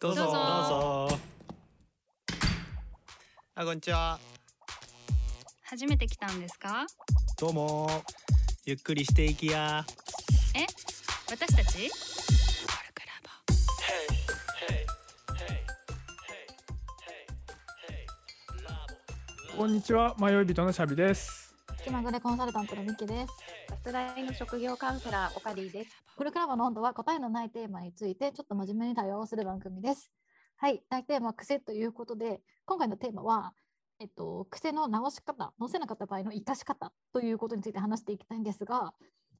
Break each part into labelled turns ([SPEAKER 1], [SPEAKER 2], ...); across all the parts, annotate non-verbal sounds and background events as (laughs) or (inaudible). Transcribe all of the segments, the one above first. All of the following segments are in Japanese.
[SPEAKER 1] どうぞ
[SPEAKER 2] どうぞ
[SPEAKER 1] あこんにちは
[SPEAKER 2] 初めて来たんですか
[SPEAKER 1] どうもゆっくりしていきや
[SPEAKER 2] え私たち
[SPEAKER 3] こんにちは迷い人のシャビです
[SPEAKER 4] 気まぐれコンサルタントのミキです。
[SPEAKER 5] バスライの職業カウンセラーオカリーです。
[SPEAKER 4] フルクラブの温度は答えのないテーマについてちょっと真面目に対話をする番組です。はい、大テーマは癖ということで、今回のテーマは、えっと、癖の直し方、直せなかった場合の生かし方ということについて話していきたいんですが、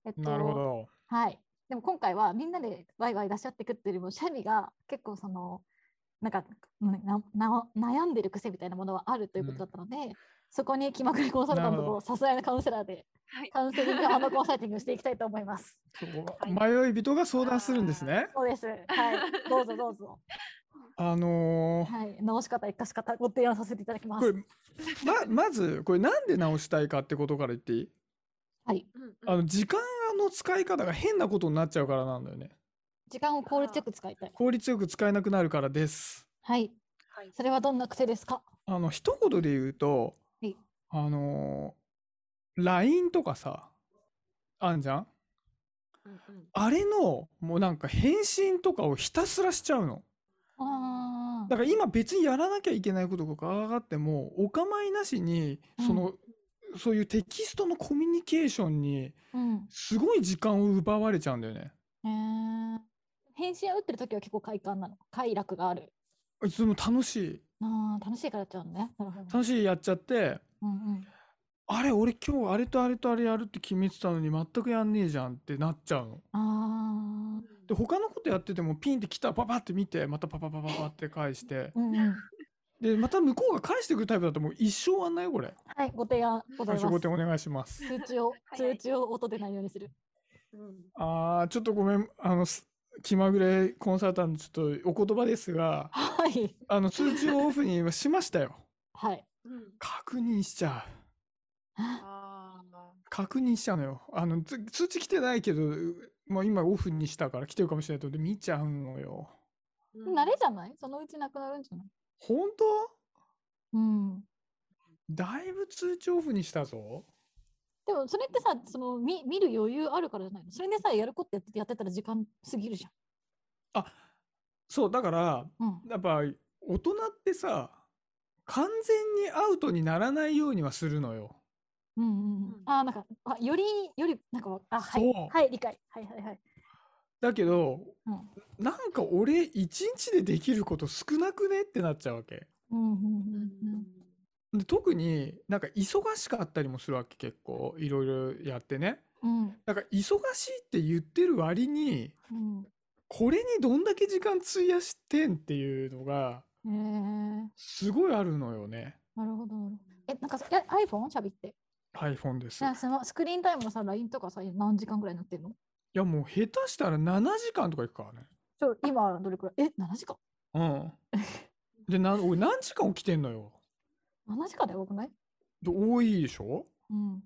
[SPEAKER 4] えっと、
[SPEAKER 3] なるほど
[SPEAKER 4] はい。でも今回はみんなでワイワイ出し合ってくっていうよりも、シャビが結構その、なんかなな悩んでる癖みたいなものはあるということだったので、そこに気まぐれコンサルタント
[SPEAKER 3] なるほど
[SPEAKER 4] とさすがのカウンセラーで、
[SPEAKER 5] はい
[SPEAKER 4] カウンセリングアンドコンサルティングしていきたいと思います。
[SPEAKER 3] そこは迷い人が相談するんですね
[SPEAKER 4] そうです。はい。どうぞどうぞ。
[SPEAKER 3] あのー
[SPEAKER 4] はい。直し方、生かし方、ご提案させていただきま
[SPEAKER 3] これ
[SPEAKER 4] す。
[SPEAKER 3] ままずこれなんで直したいかってことから言っていい
[SPEAKER 4] はい。
[SPEAKER 3] あの時間の使い方が変なことになっちゃうからなんだよね
[SPEAKER 4] 時間を効率よく使いたい。
[SPEAKER 3] 効率よく使えなくなるからです
[SPEAKER 4] はい。
[SPEAKER 5] はい
[SPEAKER 4] それはどんな癖ですか
[SPEAKER 3] あの一言で言うと、
[SPEAKER 4] はい
[SPEAKER 3] あのー LINE とかさあんじゃん
[SPEAKER 5] うんうん
[SPEAKER 3] あれのもうなんか返信とかをひたすらしちゃうの
[SPEAKER 4] あ
[SPEAKER 3] だから今別にやらなきゃいけないことが上がってもお構いなしにその、そういうテキストのコミュニケーションに
[SPEAKER 4] あ。うん。
[SPEAKER 3] すごい時間を奪われちゃうんだよね。
[SPEAKER 4] えー、返信を打ってる時は結構快感なの。快楽がある。
[SPEAKER 3] いつも楽しい
[SPEAKER 4] あー楽しいからやっちゃうのね。なるほど。
[SPEAKER 3] 楽しいやっちゃって
[SPEAKER 4] うんうん。
[SPEAKER 3] あれ俺今日あれとあれとあれやるって決めてたのに全くやんねえじゃんってなっちゃうの。
[SPEAKER 4] あ
[SPEAKER 3] で他のことやっててもピンって来たらパパって見てまたパパパパパって返して
[SPEAKER 4] あ。うんうん。
[SPEAKER 3] でまた向こうが返してくるタイプだともう一生終わんないこれ。
[SPEAKER 4] はい。ご提案ござい
[SPEAKER 3] 最初
[SPEAKER 4] ま
[SPEAKER 3] ご
[SPEAKER 4] す
[SPEAKER 3] 点。お願いします。
[SPEAKER 4] 通知を、
[SPEAKER 5] 早
[SPEAKER 4] 通
[SPEAKER 5] い
[SPEAKER 4] 知を音でないようにする。
[SPEAKER 5] うん
[SPEAKER 3] ああ、ちょっとごめん、あの、す気まぐれコンサルタント、ちょっとお言葉ですが、
[SPEAKER 4] はい。
[SPEAKER 3] あの、通知をオフにはしましたよ。
[SPEAKER 4] はい。
[SPEAKER 5] うん
[SPEAKER 3] 確認しちゃう。
[SPEAKER 5] あー
[SPEAKER 3] 確認しちゃうのよ。あの、つ通知来てないけど、まあ今オフにしたから来てるかもしれないと思って見ちゃうのよ。
[SPEAKER 5] うん
[SPEAKER 4] 慣れじゃないそのうちなくなるんじゃない
[SPEAKER 3] 本当
[SPEAKER 4] うん。
[SPEAKER 3] だいぶ通知オフにしたぞ。
[SPEAKER 4] でもそれってさその見見る余裕あるからじゃないのそれでさやることやってやってたら時間過ぎるじ
[SPEAKER 3] あ、そう、だから、
[SPEAKER 4] ゃん。うん、
[SPEAKER 3] やっぱ、大人ってさ、完全にアウトにならないようにはするのよ。
[SPEAKER 4] うんうん
[SPEAKER 5] う
[SPEAKER 4] うんん、あーなんかあよりよりなんかわあはい
[SPEAKER 3] そう
[SPEAKER 4] はい理解はいはいはい。
[SPEAKER 3] だけど、
[SPEAKER 4] うん
[SPEAKER 3] なんか俺一日でできること少なくねってなっちゃうわけ
[SPEAKER 4] うんうんうん
[SPEAKER 5] う
[SPEAKER 4] んうん
[SPEAKER 3] で特になんか忙しかったりもするわけ結構いろいろやってね
[SPEAKER 4] うん
[SPEAKER 3] だから忙しいって言ってる割に
[SPEAKER 4] うん
[SPEAKER 3] これにどんだけ時間費やしてんっていうのが
[SPEAKER 4] えー、
[SPEAKER 3] すごいあるのよね
[SPEAKER 4] なるほどなるほど。えなんかさいや iPhone しゃべって。
[SPEAKER 3] iPhone です
[SPEAKER 4] じゃあそのスクリーンタイムのさ LINE とかさ何時間ぐらいになってるの
[SPEAKER 3] いやもう下手したら7時間とかいくからね
[SPEAKER 4] ちょ今どれくらいえ7時間
[SPEAKER 3] うんでな俺何時間起きてんのよ
[SPEAKER 4] ?7 時間で多くない
[SPEAKER 3] で多いでしょ
[SPEAKER 4] うん。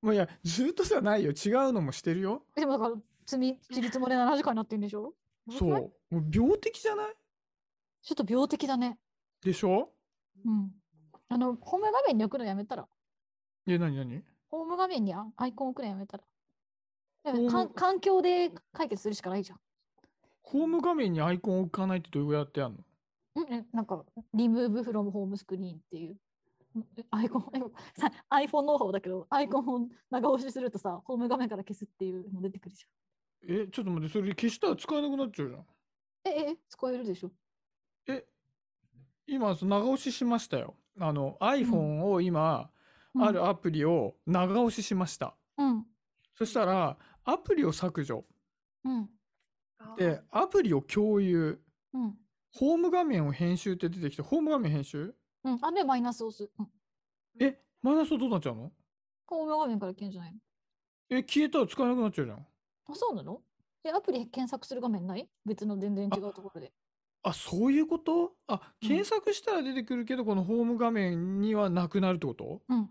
[SPEAKER 3] まあいやずっとじゃないよ違うのもしてるよ
[SPEAKER 4] えでもだから積みちりつもりで7時間になってるんでしょや
[SPEAKER 3] そ
[SPEAKER 4] ばく
[SPEAKER 3] う
[SPEAKER 4] ない
[SPEAKER 3] もう病的じゃない
[SPEAKER 4] ちょっと病的だね。
[SPEAKER 3] でしょ
[SPEAKER 4] うん。あの、ホーム画面に置くのやめたら。
[SPEAKER 3] え、なになに
[SPEAKER 4] ホーム画面にあアイコン置くのやめたら。だから
[SPEAKER 3] ホーム
[SPEAKER 4] かん環境で解決するしかないじゃ
[SPEAKER 3] ホーム画面にアイコン置かないってどうやってやんの
[SPEAKER 4] ん。うんえ、なんか、リムーブフロムホームスクリーンっていう。うんえアイコン、えさ iPhone ノウハウだけど、アイコンを長押しするとさ、ホーム画面から消すっていうの出てくるじ
[SPEAKER 3] え、ちょっと待って、それ消したら使えなくなっちゃうじゃん。
[SPEAKER 4] ゃん。え、え、え使えるでしょ。
[SPEAKER 3] 今、その長押ししましたよ。あの、iPhone を今、
[SPEAKER 4] うん
[SPEAKER 3] あるアプリを長押ししました。
[SPEAKER 4] うん。
[SPEAKER 3] そしたら、アプリを削除。
[SPEAKER 4] うん。
[SPEAKER 5] あー
[SPEAKER 3] で、アプリを共有。
[SPEAKER 4] うん。
[SPEAKER 3] ホーム画面を編集って出てきて、ホーム画面編集
[SPEAKER 4] うん。あ、で、マイナス押す。うん。
[SPEAKER 3] え、マイナスはどうなっちゃうの
[SPEAKER 4] ホーム画面から消えんじゃないの
[SPEAKER 3] え、消えたら使えなくなっちゃうじゃん。
[SPEAKER 4] あ、そうなのえ、アプリ検索する画面ない別の全然違うところで。
[SPEAKER 3] あ、そういうことあ、
[SPEAKER 4] うん
[SPEAKER 3] 検索したら出てくるけど、このホーム画面にはなくなるってこと
[SPEAKER 4] うん。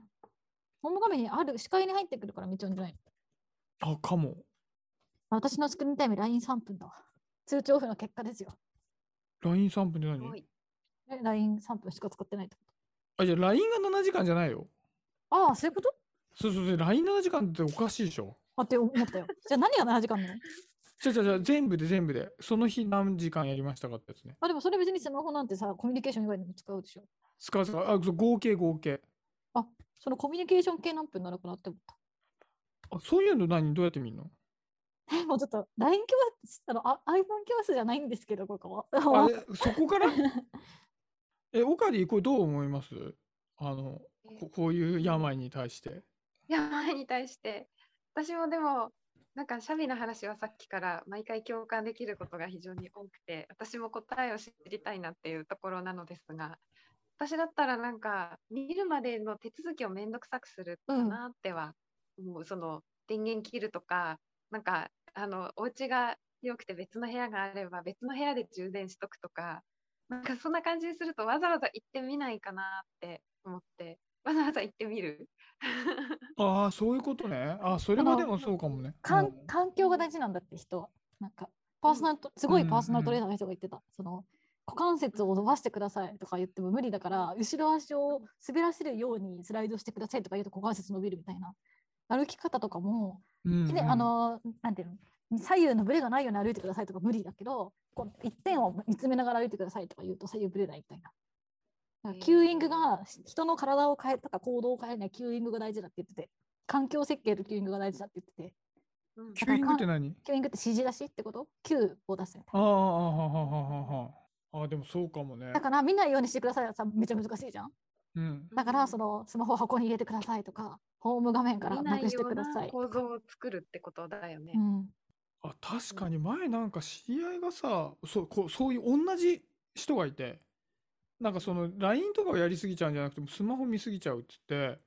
[SPEAKER 4] ホーム画面にある視界に入ってくるから見ちゃうんじゃないの
[SPEAKER 3] あ、かも。
[SPEAKER 4] 私のスクリーンタイム LINE3 分だわ。通知オフの結果ですよ。
[SPEAKER 3] LINE3 分って
[SPEAKER 5] すご
[SPEAKER 3] 何
[SPEAKER 5] い。
[SPEAKER 4] え LINE3 分しか使ってないってこ
[SPEAKER 3] あ、じゃあ LINE が7時間じゃないよ。
[SPEAKER 4] とああ、そういうこと
[SPEAKER 3] そうそうそう、LINE7 時間っておかしいでしょ。
[SPEAKER 4] あって思ったよ。じゃあ何が7時間なの (laughs)
[SPEAKER 3] じゃじゃじゃ全部で全部で、その日何時間やりましたかってやつね。
[SPEAKER 4] あでもそれ別にスマホなんてさ、コミュニケーション以外にも使うでしょ。
[SPEAKER 3] 使う使う。あ、そう合計合計。
[SPEAKER 4] そのコミュニケーション系何分なのかなって思った。 (laughs)
[SPEAKER 3] あ、そういうの何どうやって見るの
[SPEAKER 4] えもうちょっと LINE 教室あのあ iPhone 教室じゃないんですけど、ここ
[SPEAKER 3] あ
[SPEAKER 4] は。
[SPEAKER 3] えそこ
[SPEAKER 4] (laughs)
[SPEAKER 3] からえ、オカリこれどう思いますあのこ、こういう病に対して。
[SPEAKER 5] (laughs) 病に対して私もでもなんかシャビの話はさっきから毎回共感できることが非常に多くて私も答えを知りたいなっていうところなのですが私だったらなんか見るまでの手続きをめんどくさくするか
[SPEAKER 4] うん
[SPEAKER 5] なっては、もうその電源切るとかなんかあのお家が広くて別の部屋があれば別の部屋で充電しとくとかなんかそんな感じにするとわざわざ行ってみないかなって思ってわざわざ行ってみる。
[SPEAKER 3] ああ、そういうことね。あ、それはでもそうかもね。
[SPEAKER 4] かん
[SPEAKER 3] うん
[SPEAKER 4] 環境が大事なんだって人は。なんかパーソナルトすごいパーソナルトレーナーの人が言ってた。その股関節を伸ばしてくださいとか言っても無理だから、後ろ足を滑らせるようにスライドしてくださいとか言うと股関節伸びるみたいな。歩き方とかも、
[SPEAKER 3] うん
[SPEAKER 4] で、
[SPEAKER 3] うん
[SPEAKER 4] あの、なんていうの、左右のブレがないように歩いてくださいとか無理だけど、こう一点を見つめながら歩いてくださいとか言うと左右ブレないみたいな。だからキューイングが人の体を変えとか行動を変えるにはキューイングが大事だって言ってて、環境設計とキューイングが大事だって言ってて、
[SPEAKER 5] うん
[SPEAKER 3] キューイングって何
[SPEAKER 4] キューイングって指示出しってことキューを出すみたい
[SPEAKER 3] あーあー、あーあー、あーあー、あーでもそうかもね
[SPEAKER 4] な。だ。から見ないようにしてくださいはさ、めちゃ難しいじゃん。
[SPEAKER 3] うん。
[SPEAKER 4] だか
[SPEAKER 5] う
[SPEAKER 4] ら、
[SPEAKER 5] ん
[SPEAKER 4] そのスマホを箱に入れてくださいとか、ホーム画面から
[SPEAKER 5] 見
[SPEAKER 4] な
[SPEAKER 5] な
[SPEAKER 4] く
[SPEAKER 5] い
[SPEAKER 4] し
[SPEAKER 5] よ
[SPEAKER 4] てく
[SPEAKER 5] う
[SPEAKER 4] ださ。
[SPEAKER 5] ない構造を作るってことだよね
[SPEAKER 4] う。ん、
[SPEAKER 3] あ、確かに前なんか知り合いがさ、そう、こう、そういう同じ人がいて、なんかその LINE とかをやりすぎちゃうんじゃなくてもスマホ見すぎちゃうっつって、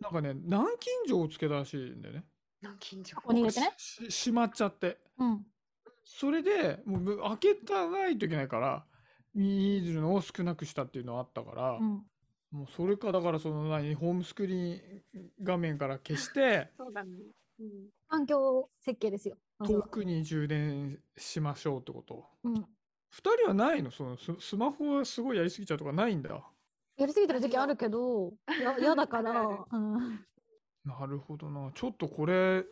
[SPEAKER 3] なんかね、南京錠をつけたらしいんだよね。
[SPEAKER 5] 南京錠。
[SPEAKER 4] ここに入れてね。
[SPEAKER 3] しししまっちゃって。
[SPEAKER 4] うん、
[SPEAKER 3] それで、もうぶ開けたないといけないから、見るのを少なくしたっていうのはあったから、
[SPEAKER 4] うん。
[SPEAKER 3] もうそれか、だからその何、ホームスクリーン画面から消して、
[SPEAKER 5] そうだね。うん。
[SPEAKER 4] 環境設計ですよ。まず
[SPEAKER 3] 遠
[SPEAKER 4] は
[SPEAKER 3] くに充電しましょうってこと。
[SPEAKER 4] うん
[SPEAKER 3] 二人はないのそのススマホはすごいやりすぎちゃうとかないんだ。
[SPEAKER 4] やりすぎてる時期あるけど、
[SPEAKER 5] (laughs)
[SPEAKER 4] や嫌だか
[SPEAKER 5] あるあ
[SPEAKER 4] ら
[SPEAKER 5] る、
[SPEAKER 4] うん、
[SPEAKER 3] なるほどな。ちょっとこれ、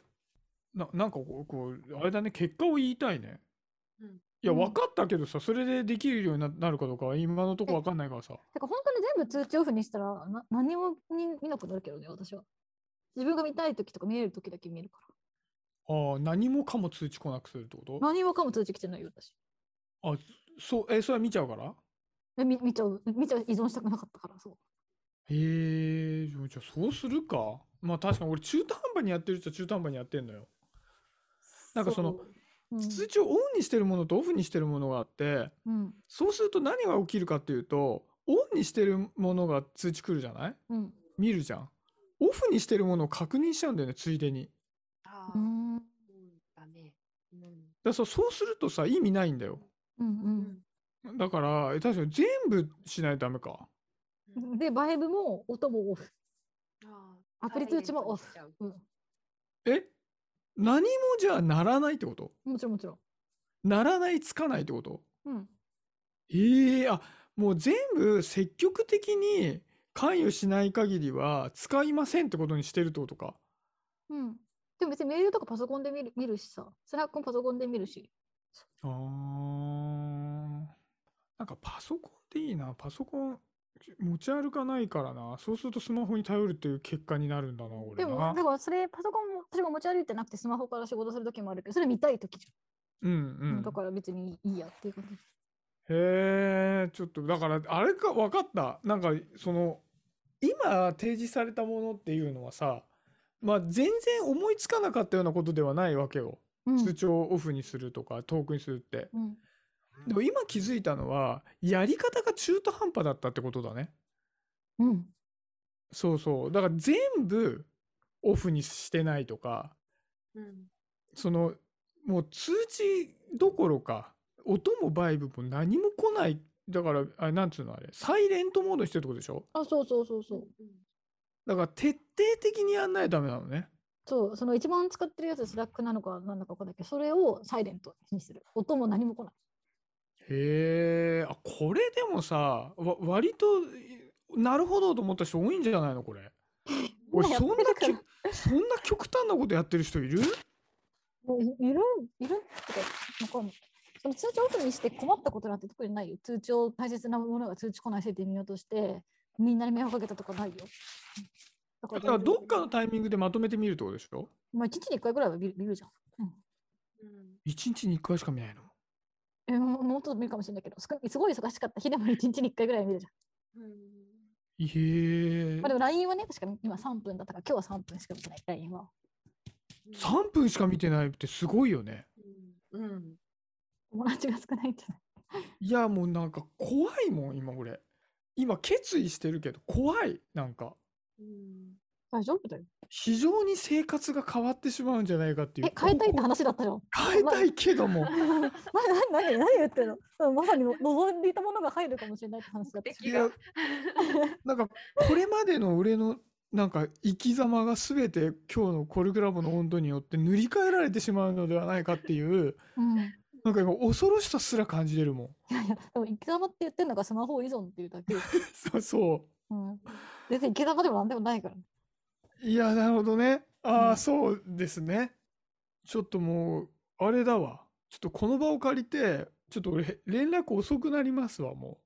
[SPEAKER 3] ななんかこう、こうあれだね、結果を言いたいね。
[SPEAKER 5] うん
[SPEAKER 3] いや、
[SPEAKER 4] うん
[SPEAKER 3] 分かったけどさ、それでできるようにななるかどうかは今のとこ分かんないからさ。
[SPEAKER 4] てか本当に全部通知オフにしたらな何もに見なくなるけどね私は自分が見たい時とか見える時だけ見えるか
[SPEAKER 3] ああ、何もかも通知来なくするってこと
[SPEAKER 4] ら何もかも通知来てないよ私
[SPEAKER 3] そう、え、それは見ちゃうから
[SPEAKER 4] えみ見ちゃう見ちゃう依存したくなかったからそう
[SPEAKER 3] へえ、じゃあじゃあそうするか。まあ確かに俺中途半端にやってる人は中途半端にやってんのよ。なんかその
[SPEAKER 4] う、うん
[SPEAKER 3] 通知をオンにしてるものとオフにしてるものがあって、
[SPEAKER 4] うん
[SPEAKER 3] そうすると何が起きるかっていうと、オンにしてるものが通知来るじゃない
[SPEAKER 4] うん
[SPEAKER 3] 見るじゃん。オフにしてるものを確認しちゃうんだよね、ついでに。
[SPEAKER 5] ああ、
[SPEAKER 4] う
[SPEAKER 5] う
[SPEAKER 4] ん
[SPEAKER 5] ん
[SPEAKER 4] うん
[SPEAKER 5] だね。う。
[SPEAKER 3] だからさそうするとさ、意味ないんだよ。
[SPEAKER 4] うん
[SPEAKER 3] だから、え確かに全部しないとダメか。
[SPEAKER 4] んでバイブも音もオフ
[SPEAKER 5] ああ
[SPEAKER 4] アプリ通知もオフ
[SPEAKER 5] サイレントにしちゃう、
[SPEAKER 4] うん、
[SPEAKER 3] え何もじゃあならないってこと
[SPEAKER 4] もちろんもちろん
[SPEAKER 3] ならない、つかないってこと
[SPEAKER 4] うん
[SPEAKER 3] ええあ、もう全部積極的に関与しない限りは使いませんってことにしてるってことか。
[SPEAKER 4] うんでも別にメールとかパソコンで見る見るしさスラックもパソコンで見るし
[SPEAKER 3] あーなんかパソコンでいいな。パソコン持ち歩かないからな。そうするとスマホに頼るっていう結果になるんだな、俺
[SPEAKER 4] でも
[SPEAKER 3] な
[SPEAKER 4] だ。からそれパソコンも私も持ち歩いてなくてスマホから仕事する時もあるけどそれ見たい時じ
[SPEAKER 3] うん
[SPEAKER 4] ゃん、
[SPEAKER 3] うん
[SPEAKER 4] だ。から別にいいやっていう感じ
[SPEAKER 3] へえ、ちょっと、だから、あれか、分かった。なんか、その、今提示されたものっていうのはさ、まあ、全然思いつかなかったようなことではないわけよ。
[SPEAKER 4] うん
[SPEAKER 3] 通帳をオフにするとか、遠くにするって。
[SPEAKER 4] うん
[SPEAKER 3] でも今気づいたのは、やり方が中途半端だったってことだね。
[SPEAKER 4] うん
[SPEAKER 3] そうそう。だから全部オフにしてないとか、
[SPEAKER 5] うん。
[SPEAKER 3] その、もう通知どころか、音もバイブも何も来ない。だから、あれ、なんつうのあれ、サイレントモードにしてるってことでしょ
[SPEAKER 4] あそうそうそうそう
[SPEAKER 3] だから徹底的にやんないとダメなのね。
[SPEAKER 4] そうその一番使ってるやつスラックなのかなんだかわかんないけどそれをサイレントにする音も何も来ない
[SPEAKER 3] へえ、あ、これでもさ、わ、割と、いなるほどと思った人多いんじゃないの、こ
[SPEAKER 4] (laughs)
[SPEAKER 3] れ。おい、
[SPEAKER 4] みんなや
[SPEAKER 3] そんな
[SPEAKER 4] ってるから
[SPEAKER 3] きゅ、そんな極端なことやってる人
[SPEAKER 4] (laughs)
[SPEAKER 3] いる
[SPEAKER 4] もういいるいるってわかんないその通知オフにして困ったことなんて特にないよ。通知を大切なものが通知来ないせいで見ようとして、みんなに迷惑かけたとかないよ。だ
[SPEAKER 3] だから、
[SPEAKER 4] 全然
[SPEAKER 3] どっかのタイミングでまとめてみるってことでしょ
[SPEAKER 4] まあ、1日に1回ぐらいは見る見るじゃん。
[SPEAKER 5] うん
[SPEAKER 3] 一日に一回しか見ないの。
[SPEAKER 4] えもうもうちょっと見るかもしれないけど、すごいすごい忙しかった日でも1日に1回ぐらい見るじゃん。
[SPEAKER 5] うん
[SPEAKER 3] へえ
[SPEAKER 4] まあ、、でも LINE はね、確かに今3分だったから、今日は3分しか見てない、LINE は。
[SPEAKER 3] 3分しか見てないってすごいよね。
[SPEAKER 5] うんうん
[SPEAKER 4] 友達が少ないんじゃない
[SPEAKER 3] いや、もうなんか怖いもん、今俺。今、決意してるけど、怖い、なんか。
[SPEAKER 5] うん
[SPEAKER 4] 大丈夫だよ。
[SPEAKER 3] 非常に生活が変わってしまうんじゃないかっていう。
[SPEAKER 4] え、変えたいって
[SPEAKER 3] ここ
[SPEAKER 4] 話だったじゃん。
[SPEAKER 3] 変えたいけども。
[SPEAKER 4] なな何何言ってるのうんまさにの望んでいたものが入るかもしれないって話だったし
[SPEAKER 5] 敵が
[SPEAKER 3] なんかこれまでの俺のなんか生き様が全て今日のコルクラボの温度によって塗り替えられてしまうのではないかって
[SPEAKER 4] (laughs)
[SPEAKER 3] いう
[SPEAKER 4] うん、い
[SPEAKER 3] なんか今恐ろしさすら感じれるもん。
[SPEAKER 4] やいやでも生き様って言ってるのがスマホ依存っていうだけで、
[SPEAKER 3] そうそ
[SPEAKER 4] うん、別に生き様でも何でもないからね
[SPEAKER 3] う。いやなるほどね。ああ、
[SPEAKER 4] うん
[SPEAKER 3] そうですね。ちょっともうあれだわ。ちょっとこの場を借りてちょっと俺連絡遅くなりますわも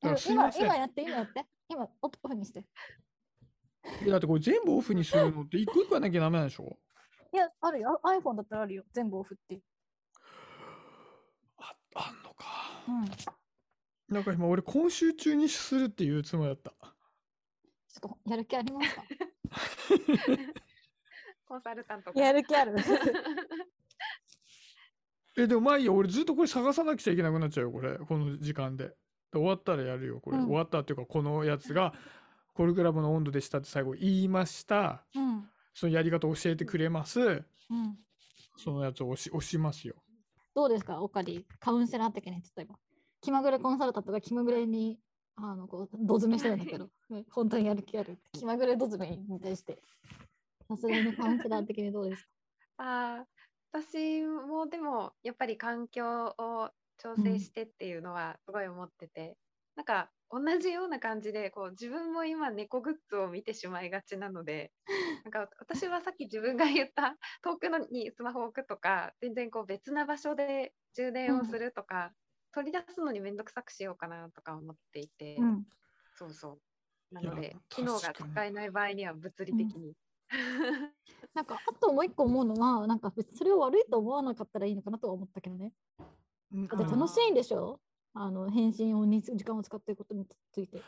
[SPEAKER 3] う。だからすい
[SPEAKER 4] 今
[SPEAKER 3] ません。
[SPEAKER 4] 今やって今やって今オフオフにして
[SPEAKER 3] いやだってこれ全部オフにするのって一個一個やんなきゃダメなんでしょ
[SPEAKER 4] いやあるよあ iPhone だったらあるよ全部オフっていう、
[SPEAKER 3] ああんのか。
[SPEAKER 4] うん、ちょ
[SPEAKER 3] なんか今俺今週中にするっていうつもりだった。
[SPEAKER 4] っとやる気ありますか
[SPEAKER 5] コンサルタントが
[SPEAKER 4] やる気ある
[SPEAKER 3] え、でもまあいいよ。俺ずっとこれ探さなくちゃいけなくなっちゃうよ、これ。この時間で。で終わったらやるよ、これ。
[SPEAKER 4] うん
[SPEAKER 3] 終わったっていうか、このやつが、コルクラボの温度でしたって最後言いました。
[SPEAKER 4] うん
[SPEAKER 3] そのやり方教えてくれます。
[SPEAKER 4] うん
[SPEAKER 3] そのやつを押し押しますよ。
[SPEAKER 4] どうですか、オカリ、カウンセラー的に、例えば。気まぐれコンサルタントが気まぐれに、あの、こう、ど詰めしてるんだけ (laughs) ど、うん本当にやる気あるって。気まぐれど詰めに対して。さすがにカウンセラー的にどうですか。
[SPEAKER 5] あー私もでもやっぱり環境を調
[SPEAKER 4] うん
[SPEAKER 5] 整してっていうのはすごい思ってて、なんか同じような感じでこう自分も今猫グッズを見てしまいがちなの
[SPEAKER 3] (laughs)
[SPEAKER 5] でなんか私はさっき自分が言った (laughs) 遠くのにスマホを置くとか全然こう別な場所で充電をするとか、取り出すのにめんどくさくしようかなとか思っていて、
[SPEAKER 4] ん。
[SPEAKER 5] そうそうない
[SPEAKER 3] や
[SPEAKER 5] ので
[SPEAKER 3] 確か
[SPEAKER 5] 機
[SPEAKER 3] に
[SPEAKER 5] 能が使えない場合には物理
[SPEAKER 4] うん
[SPEAKER 5] 的に、 (laughs)
[SPEAKER 4] なんか、あともう一個思うのは、なんか、別にそれを悪いと思わなかったらいいのかなとは思ったけどね。だって
[SPEAKER 5] あー
[SPEAKER 4] 楽しいんでしょあの、返信をに時間を使ってることについて。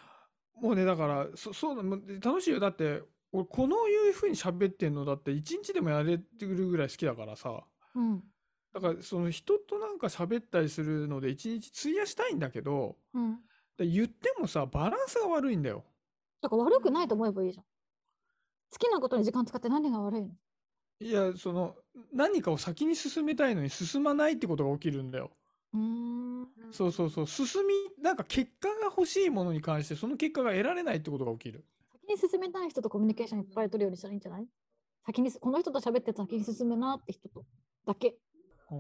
[SPEAKER 3] もうね、だから、そそうなの楽しいよ。だって、俺、このいうふうに喋ってんのだって、一日でもやれてるぐらい好きだからさ。
[SPEAKER 4] うん。
[SPEAKER 3] だから、その人となんか喋ったりするので、一日費やしたいんだけど、
[SPEAKER 4] うん。
[SPEAKER 3] で言ってもさバランスが悪いんだよ
[SPEAKER 4] だから悪くないと思えばいいじゃん。好きなことに時間使って何が悪いの
[SPEAKER 3] いやその何かを先に進めたいのに進まないってことが起きるんだよ
[SPEAKER 4] うーん。
[SPEAKER 5] うん
[SPEAKER 3] そうそうそう進みなんか結果が欲しいものに関してその結果が得られないってことが起きる
[SPEAKER 4] 先に進めたい人とコミュニケーションいっぱい取るようにしたらいいんじゃない先にすこの人と喋って先に進むなって人とだけ。
[SPEAKER 3] あー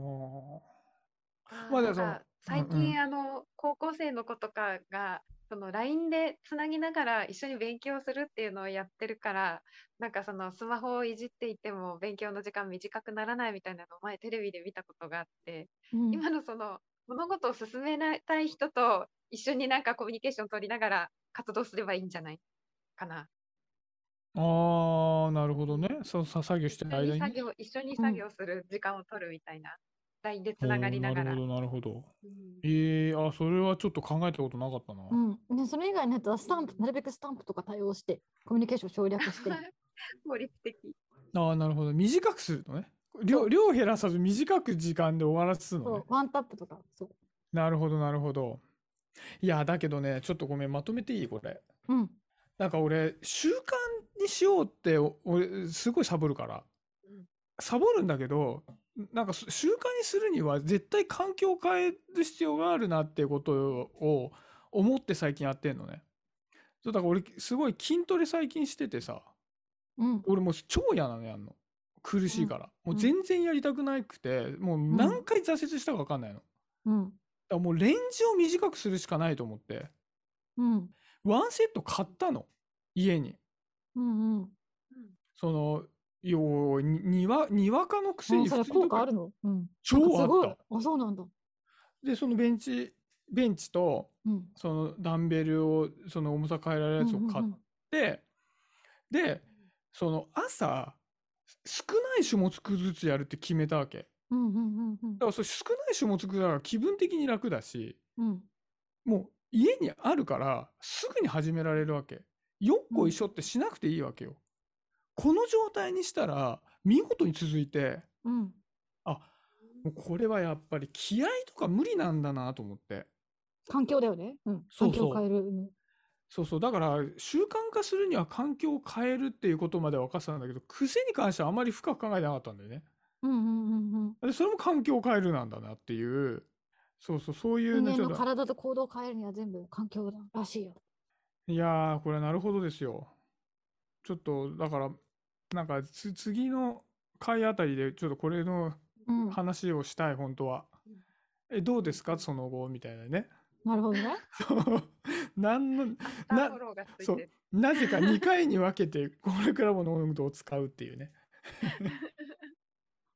[SPEAKER 5] あー
[SPEAKER 3] まあでも
[SPEAKER 5] なん
[SPEAKER 3] その
[SPEAKER 5] か最
[SPEAKER 3] うんうん
[SPEAKER 5] 近あの高校生の子とかがその LINE でつなぎながら一緒に勉強するっていうのをやってるからなんかそのスマホをいじっていても勉強の時間短くならないみたいなのを前テレビで見たことがあって
[SPEAKER 4] うん
[SPEAKER 5] 今のその物事を進めたい人と一緒になんかコミュニケーション取りながら活動すればいいんじゃないかな。
[SPEAKER 3] あーなるほどねそのさ作業してる
[SPEAKER 5] 一緒に
[SPEAKER 3] 間
[SPEAKER 5] 作
[SPEAKER 3] に
[SPEAKER 5] 業一緒に
[SPEAKER 4] うん
[SPEAKER 5] 作業する時間を取るみたいな LINE でつながりながら。
[SPEAKER 3] おーなるほどなるほど
[SPEAKER 5] うん
[SPEAKER 3] えー、あそれはちょっと考えたことなかったな、
[SPEAKER 4] うんね、それ以外のやつはスタンプ、なるべくスタンプとか対応して、コミュニケーションを省略して。
[SPEAKER 5] (laughs) 効率的。
[SPEAKER 3] ああなるほど短くするのね量量減らさず短く時間で終わらすの
[SPEAKER 4] そ
[SPEAKER 3] ね
[SPEAKER 4] う、ワンタップとか。そ
[SPEAKER 3] なるほどなるほどいやだけどねちょっとごめんまとめていいこれ
[SPEAKER 4] う。うん。
[SPEAKER 3] なんか俺習慣にしようってお俺すごいサボるから
[SPEAKER 5] うん
[SPEAKER 3] サボるんだけどなんかす習慣にするには絶対環境を変える必要があるなっていうことを思って最近やってんのねそうだから俺すごい筋トレ最近しててさ
[SPEAKER 4] うん。
[SPEAKER 3] 俺もう超嫌なのやんの苦しいから、
[SPEAKER 4] うん
[SPEAKER 3] もう全然やりたくなくてもう何回挫折したか分かんないの、
[SPEAKER 4] うん。
[SPEAKER 3] らもうレンジを短くするしかないと思って、
[SPEAKER 4] うん。
[SPEAKER 3] ワンセット買ったの、家に。
[SPEAKER 4] うんうん。
[SPEAKER 3] その、ように、にわ、にわかのくせ
[SPEAKER 4] もう
[SPEAKER 3] に
[SPEAKER 4] それ
[SPEAKER 3] 普通と
[SPEAKER 4] 効果
[SPEAKER 3] か
[SPEAKER 4] あるのうん。
[SPEAKER 3] 超
[SPEAKER 4] なんかすご
[SPEAKER 3] あ
[SPEAKER 4] い
[SPEAKER 3] っ
[SPEAKER 4] あ、そうなんだ。
[SPEAKER 3] た。で、そのベンチ、ベンチと、
[SPEAKER 4] うん。
[SPEAKER 3] そのダンベルを、その重さ変えられるやつを買って、で、その朝、少ない種目ずつやるって決めたわけ。
[SPEAKER 4] うんうんうんうん
[SPEAKER 3] だからそれ少ない種目だから気分的に楽だし、
[SPEAKER 4] うん。
[SPEAKER 3] もう家にあるからすぐに始められるわけ。よっこいしょってしなくていいわけよ。この状態にしたら見事に続いて、
[SPEAKER 4] うん。
[SPEAKER 3] あ、もうこれはやっぱり気合とか無理なんだなと思って。
[SPEAKER 4] 環境だよね。うん。
[SPEAKER 3] そう
[SPEAKER 4] 環
[SPEAKER 3] そう
[SPEAKER 4] 境を変える。うん
[SPEAKER 3] そうそう。だから習慣化するには環境を変えるっていうことまでは分かってたんだけど、癖に関してはあまり深く考えてなかったんだよね。
[SPEAKER 4] うんうんうんうん。
[SPEAKER 3] で、それも環境を変えるなんだなっていう。そうそう、そういう
[SPEAKER 4] 人
[SPEAKER 3] ね、
[SPEAKER 4] 間
[SPEAKER 3] ちょっ
[SPEAKER 4] の
[SPEAKER 3] と。
[SPEAKER 4] 体と行動を変えるには全部環境だらしいよ。
[SPEAKER 3] いやー、これなるほどですよ。ちょっと、だから、なんかつ、次の回あたりで、ちょっとこれの
[SPEAKER 4] うん。
[SPEAKER 3] 話をしたい、本当は。え、どうですかその後、みたいなね。
[SPEAKER 4] なるほどね。
[SPEAKER 3] なんの、
[SPEAKER 5] アフターフォローがついてる。
[SPEAKER 3] なぜか2回に分けて、これからもノーノーを使うっていうね。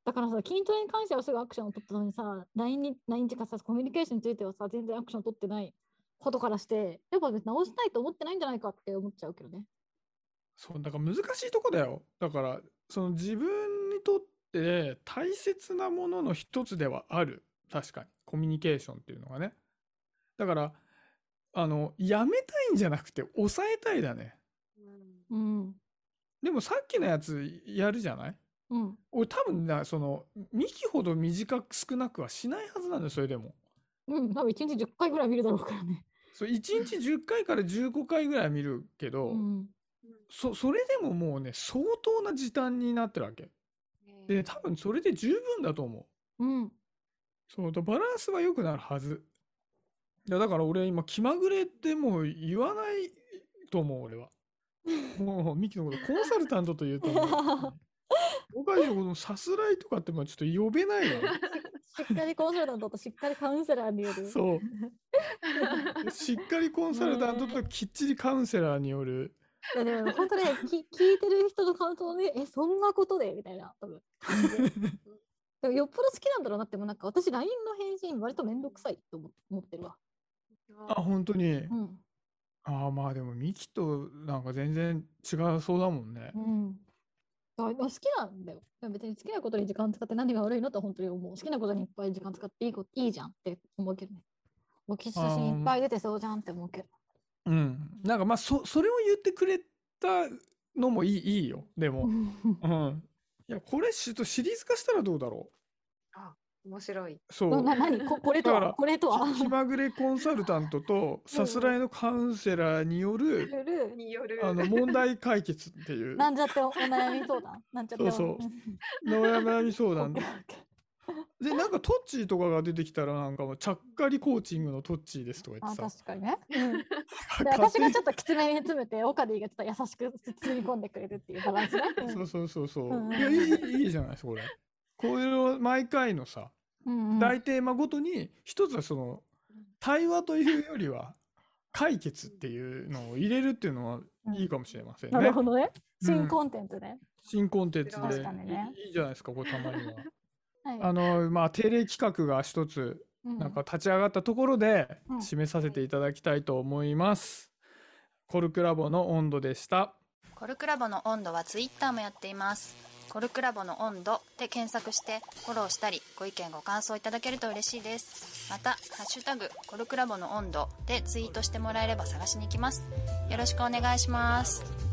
[SPEAKER 4] だからさ、筋トレに関してはすぐアクションを取ったのにさ、LINE に、LINE っていうかさ、コミュニケーションについてはさ、全然アクションを取ってないことからして、やっぱ別に直したいと思ってないんじゃないかって思っちゃうけどね。
[SPEAKER 3] そう、だから難しいとこだよ。だから、その自分にとって大切なものの一つではある。確かに。コミュニケーションっていうのがね。だから、あの、やめたいんじゃなくて、抑えたいだね。
[SPEAKER 5] うん
[SPEAKER 4] うん。
[SPEAKER 3] でもさっきのやつやるじゃない
[SPEAKER 4] うん。
[SPEAKER 3] 俺多分な、その、ミキほど短く少なくはしないはずなんだよ、それでも。
[SPEAKER 4] うん。多分1日10回ぐらい見るだろうからね。
[SPEAKER 3] そう、1日10回から15回ぐらい見るけど、
[SPEAKER 4] うん。
[SPEAKER 3] そ、それでももうね、相当な時短になってるわけ。で、多分それで十分だと思う。
[SPEAKER 4] うん。
[SPEAKER 3] そうだ、バランスは良くなるはず。いや、だから俺今、気まぐれってもう言わないと思う、俺は。もう、ミキのこと、コンサルタントと言うと思う。僕はのこと、さすらいとかって、まあちょっと呼べないわ。
[SPEAKER 4] しっかりコンサルタントとしっかりカウンセラーによる。
[SPEAKER 3] そう。しっかりコンサルタントときっちりカウンセラーによる。
[SPEAKER 4] いやでも本当ね、き聞いてる人の感想ね、え、そんなことでみたいな、多分。でもよっぽど好きなんだろうなって、もうなんか私、LINE の返信、割とめんどくさいと思思ってるわ。
[SPEAKER 3] あ、本当に。
[SPEAKER 4] うん。
[SPEAKER 3] ああ、まあでも、ミキとなんか全然違うそうだもんね
[SPEAKER 4] う。ん。だから好きなんだよ。でも別に好きなことに時間使って何が悪いのと本当に思う。好きなことにいっぱい時間使っていいこいいじゃんって思うけどね。おき写真いっぱい出てそうじゃんって思うけど。
[SPEAKER 3] うん。なんかまあ、そ、それを言ってくれたのもいい、いいよ。でも。うん。いや、これし、とシリーズ化したらどうだろ
[SPEAKER 5] (laughs) 面白い。
[SPEAKER 3] う。そ
[SPEAKER 4] な
[SPEAKER 3] う。
[SPEAKER 4] (laughs) な何ここれと
[SPEAKER 3] だから
[SPEAKER 4] はこれとは
[SPEAKER 3] き気まぐれコンサルタントとさすらいのカウンセラーによる、
[SPEAKER 5] による。
[SPEAKER 3] あの、問題解決っていう、
[SPEAKER 4] (laughs) なんちゃっておお悩み相談なんちゃってお
[SPEAKER 3] そうの悩み相
[SPEAKER 4] (laughs)
[SPEAKER 3] 談で。で、なんかトッチーとかが出てきたら、なんかもう、ちゃっかりコーチングのトッチーですとか言っ
[SPEAKER 4] あ
[SPEAKER 3] てさ、
[SPEAKER 4] 確かにね。うんで
[SPEAKER 3] 勝
[SPEAKER 4] 私
[SPEAKER 3] 手
[SPEAKER 4] が
[SPEAKER 3] に
[SPEAKER 4] ちょっときつめに詰めて、オカディがちょっと優しく包み込んでくれるっていうバランスね。うん
[SPEAKER 3] そうそうそうそうう。
[SPEAKER 4] ん
[SPEAKER 3] いや、いい、いいじゃないですか、これ。これを毎回のさ、
[SPEAKER 4] うんうん
[SPEAKER 3] 大テーマごとに、一つはその、対話というよりは、解決っていうのを入れるっていうのはいいかもしれません
[SPEAKER 4] なる
[SPEAKER 3] ね。
[SPEAKER 4] ほどね。
[SPEAKER 3] う
[SPEAKER 4] 新
[SPEAKER 3] ん
[SPEAKER 4] コンテンツね。
[SPEAKER 3] 新コンテンツで
[SPEAKER 5] 確
[SPEAKER 4] かにね
[SPEAKER 3] いいいいじゃないですか、これたま
[SPEAKER 4] (laughs)
[SPEAKER 3] には。
[SPEAKER 4] は
[SPEAKER 3] あ
[SPEAKER 4] い。
[SPEAKER 3] の、まあ、定例企画が一つ、
[SPEAKER 4] うん
[SPEAKER 3] なんか立ち上がったところで
[SPEAKER 4] うん、
[SPEAKER 3] 締めさせていただきたいと思います。コルクラボの温度でした。
[SPEAKER 6] コルクラボの温度はツイッターもやっています。コルクラボの温度で検索してフォローしたりご意見ご感想いただけると嬉しいです。また、ハッシュタグコルクラボの温度でツイートしてもらえれば探しに行きます。よろしくお願いします。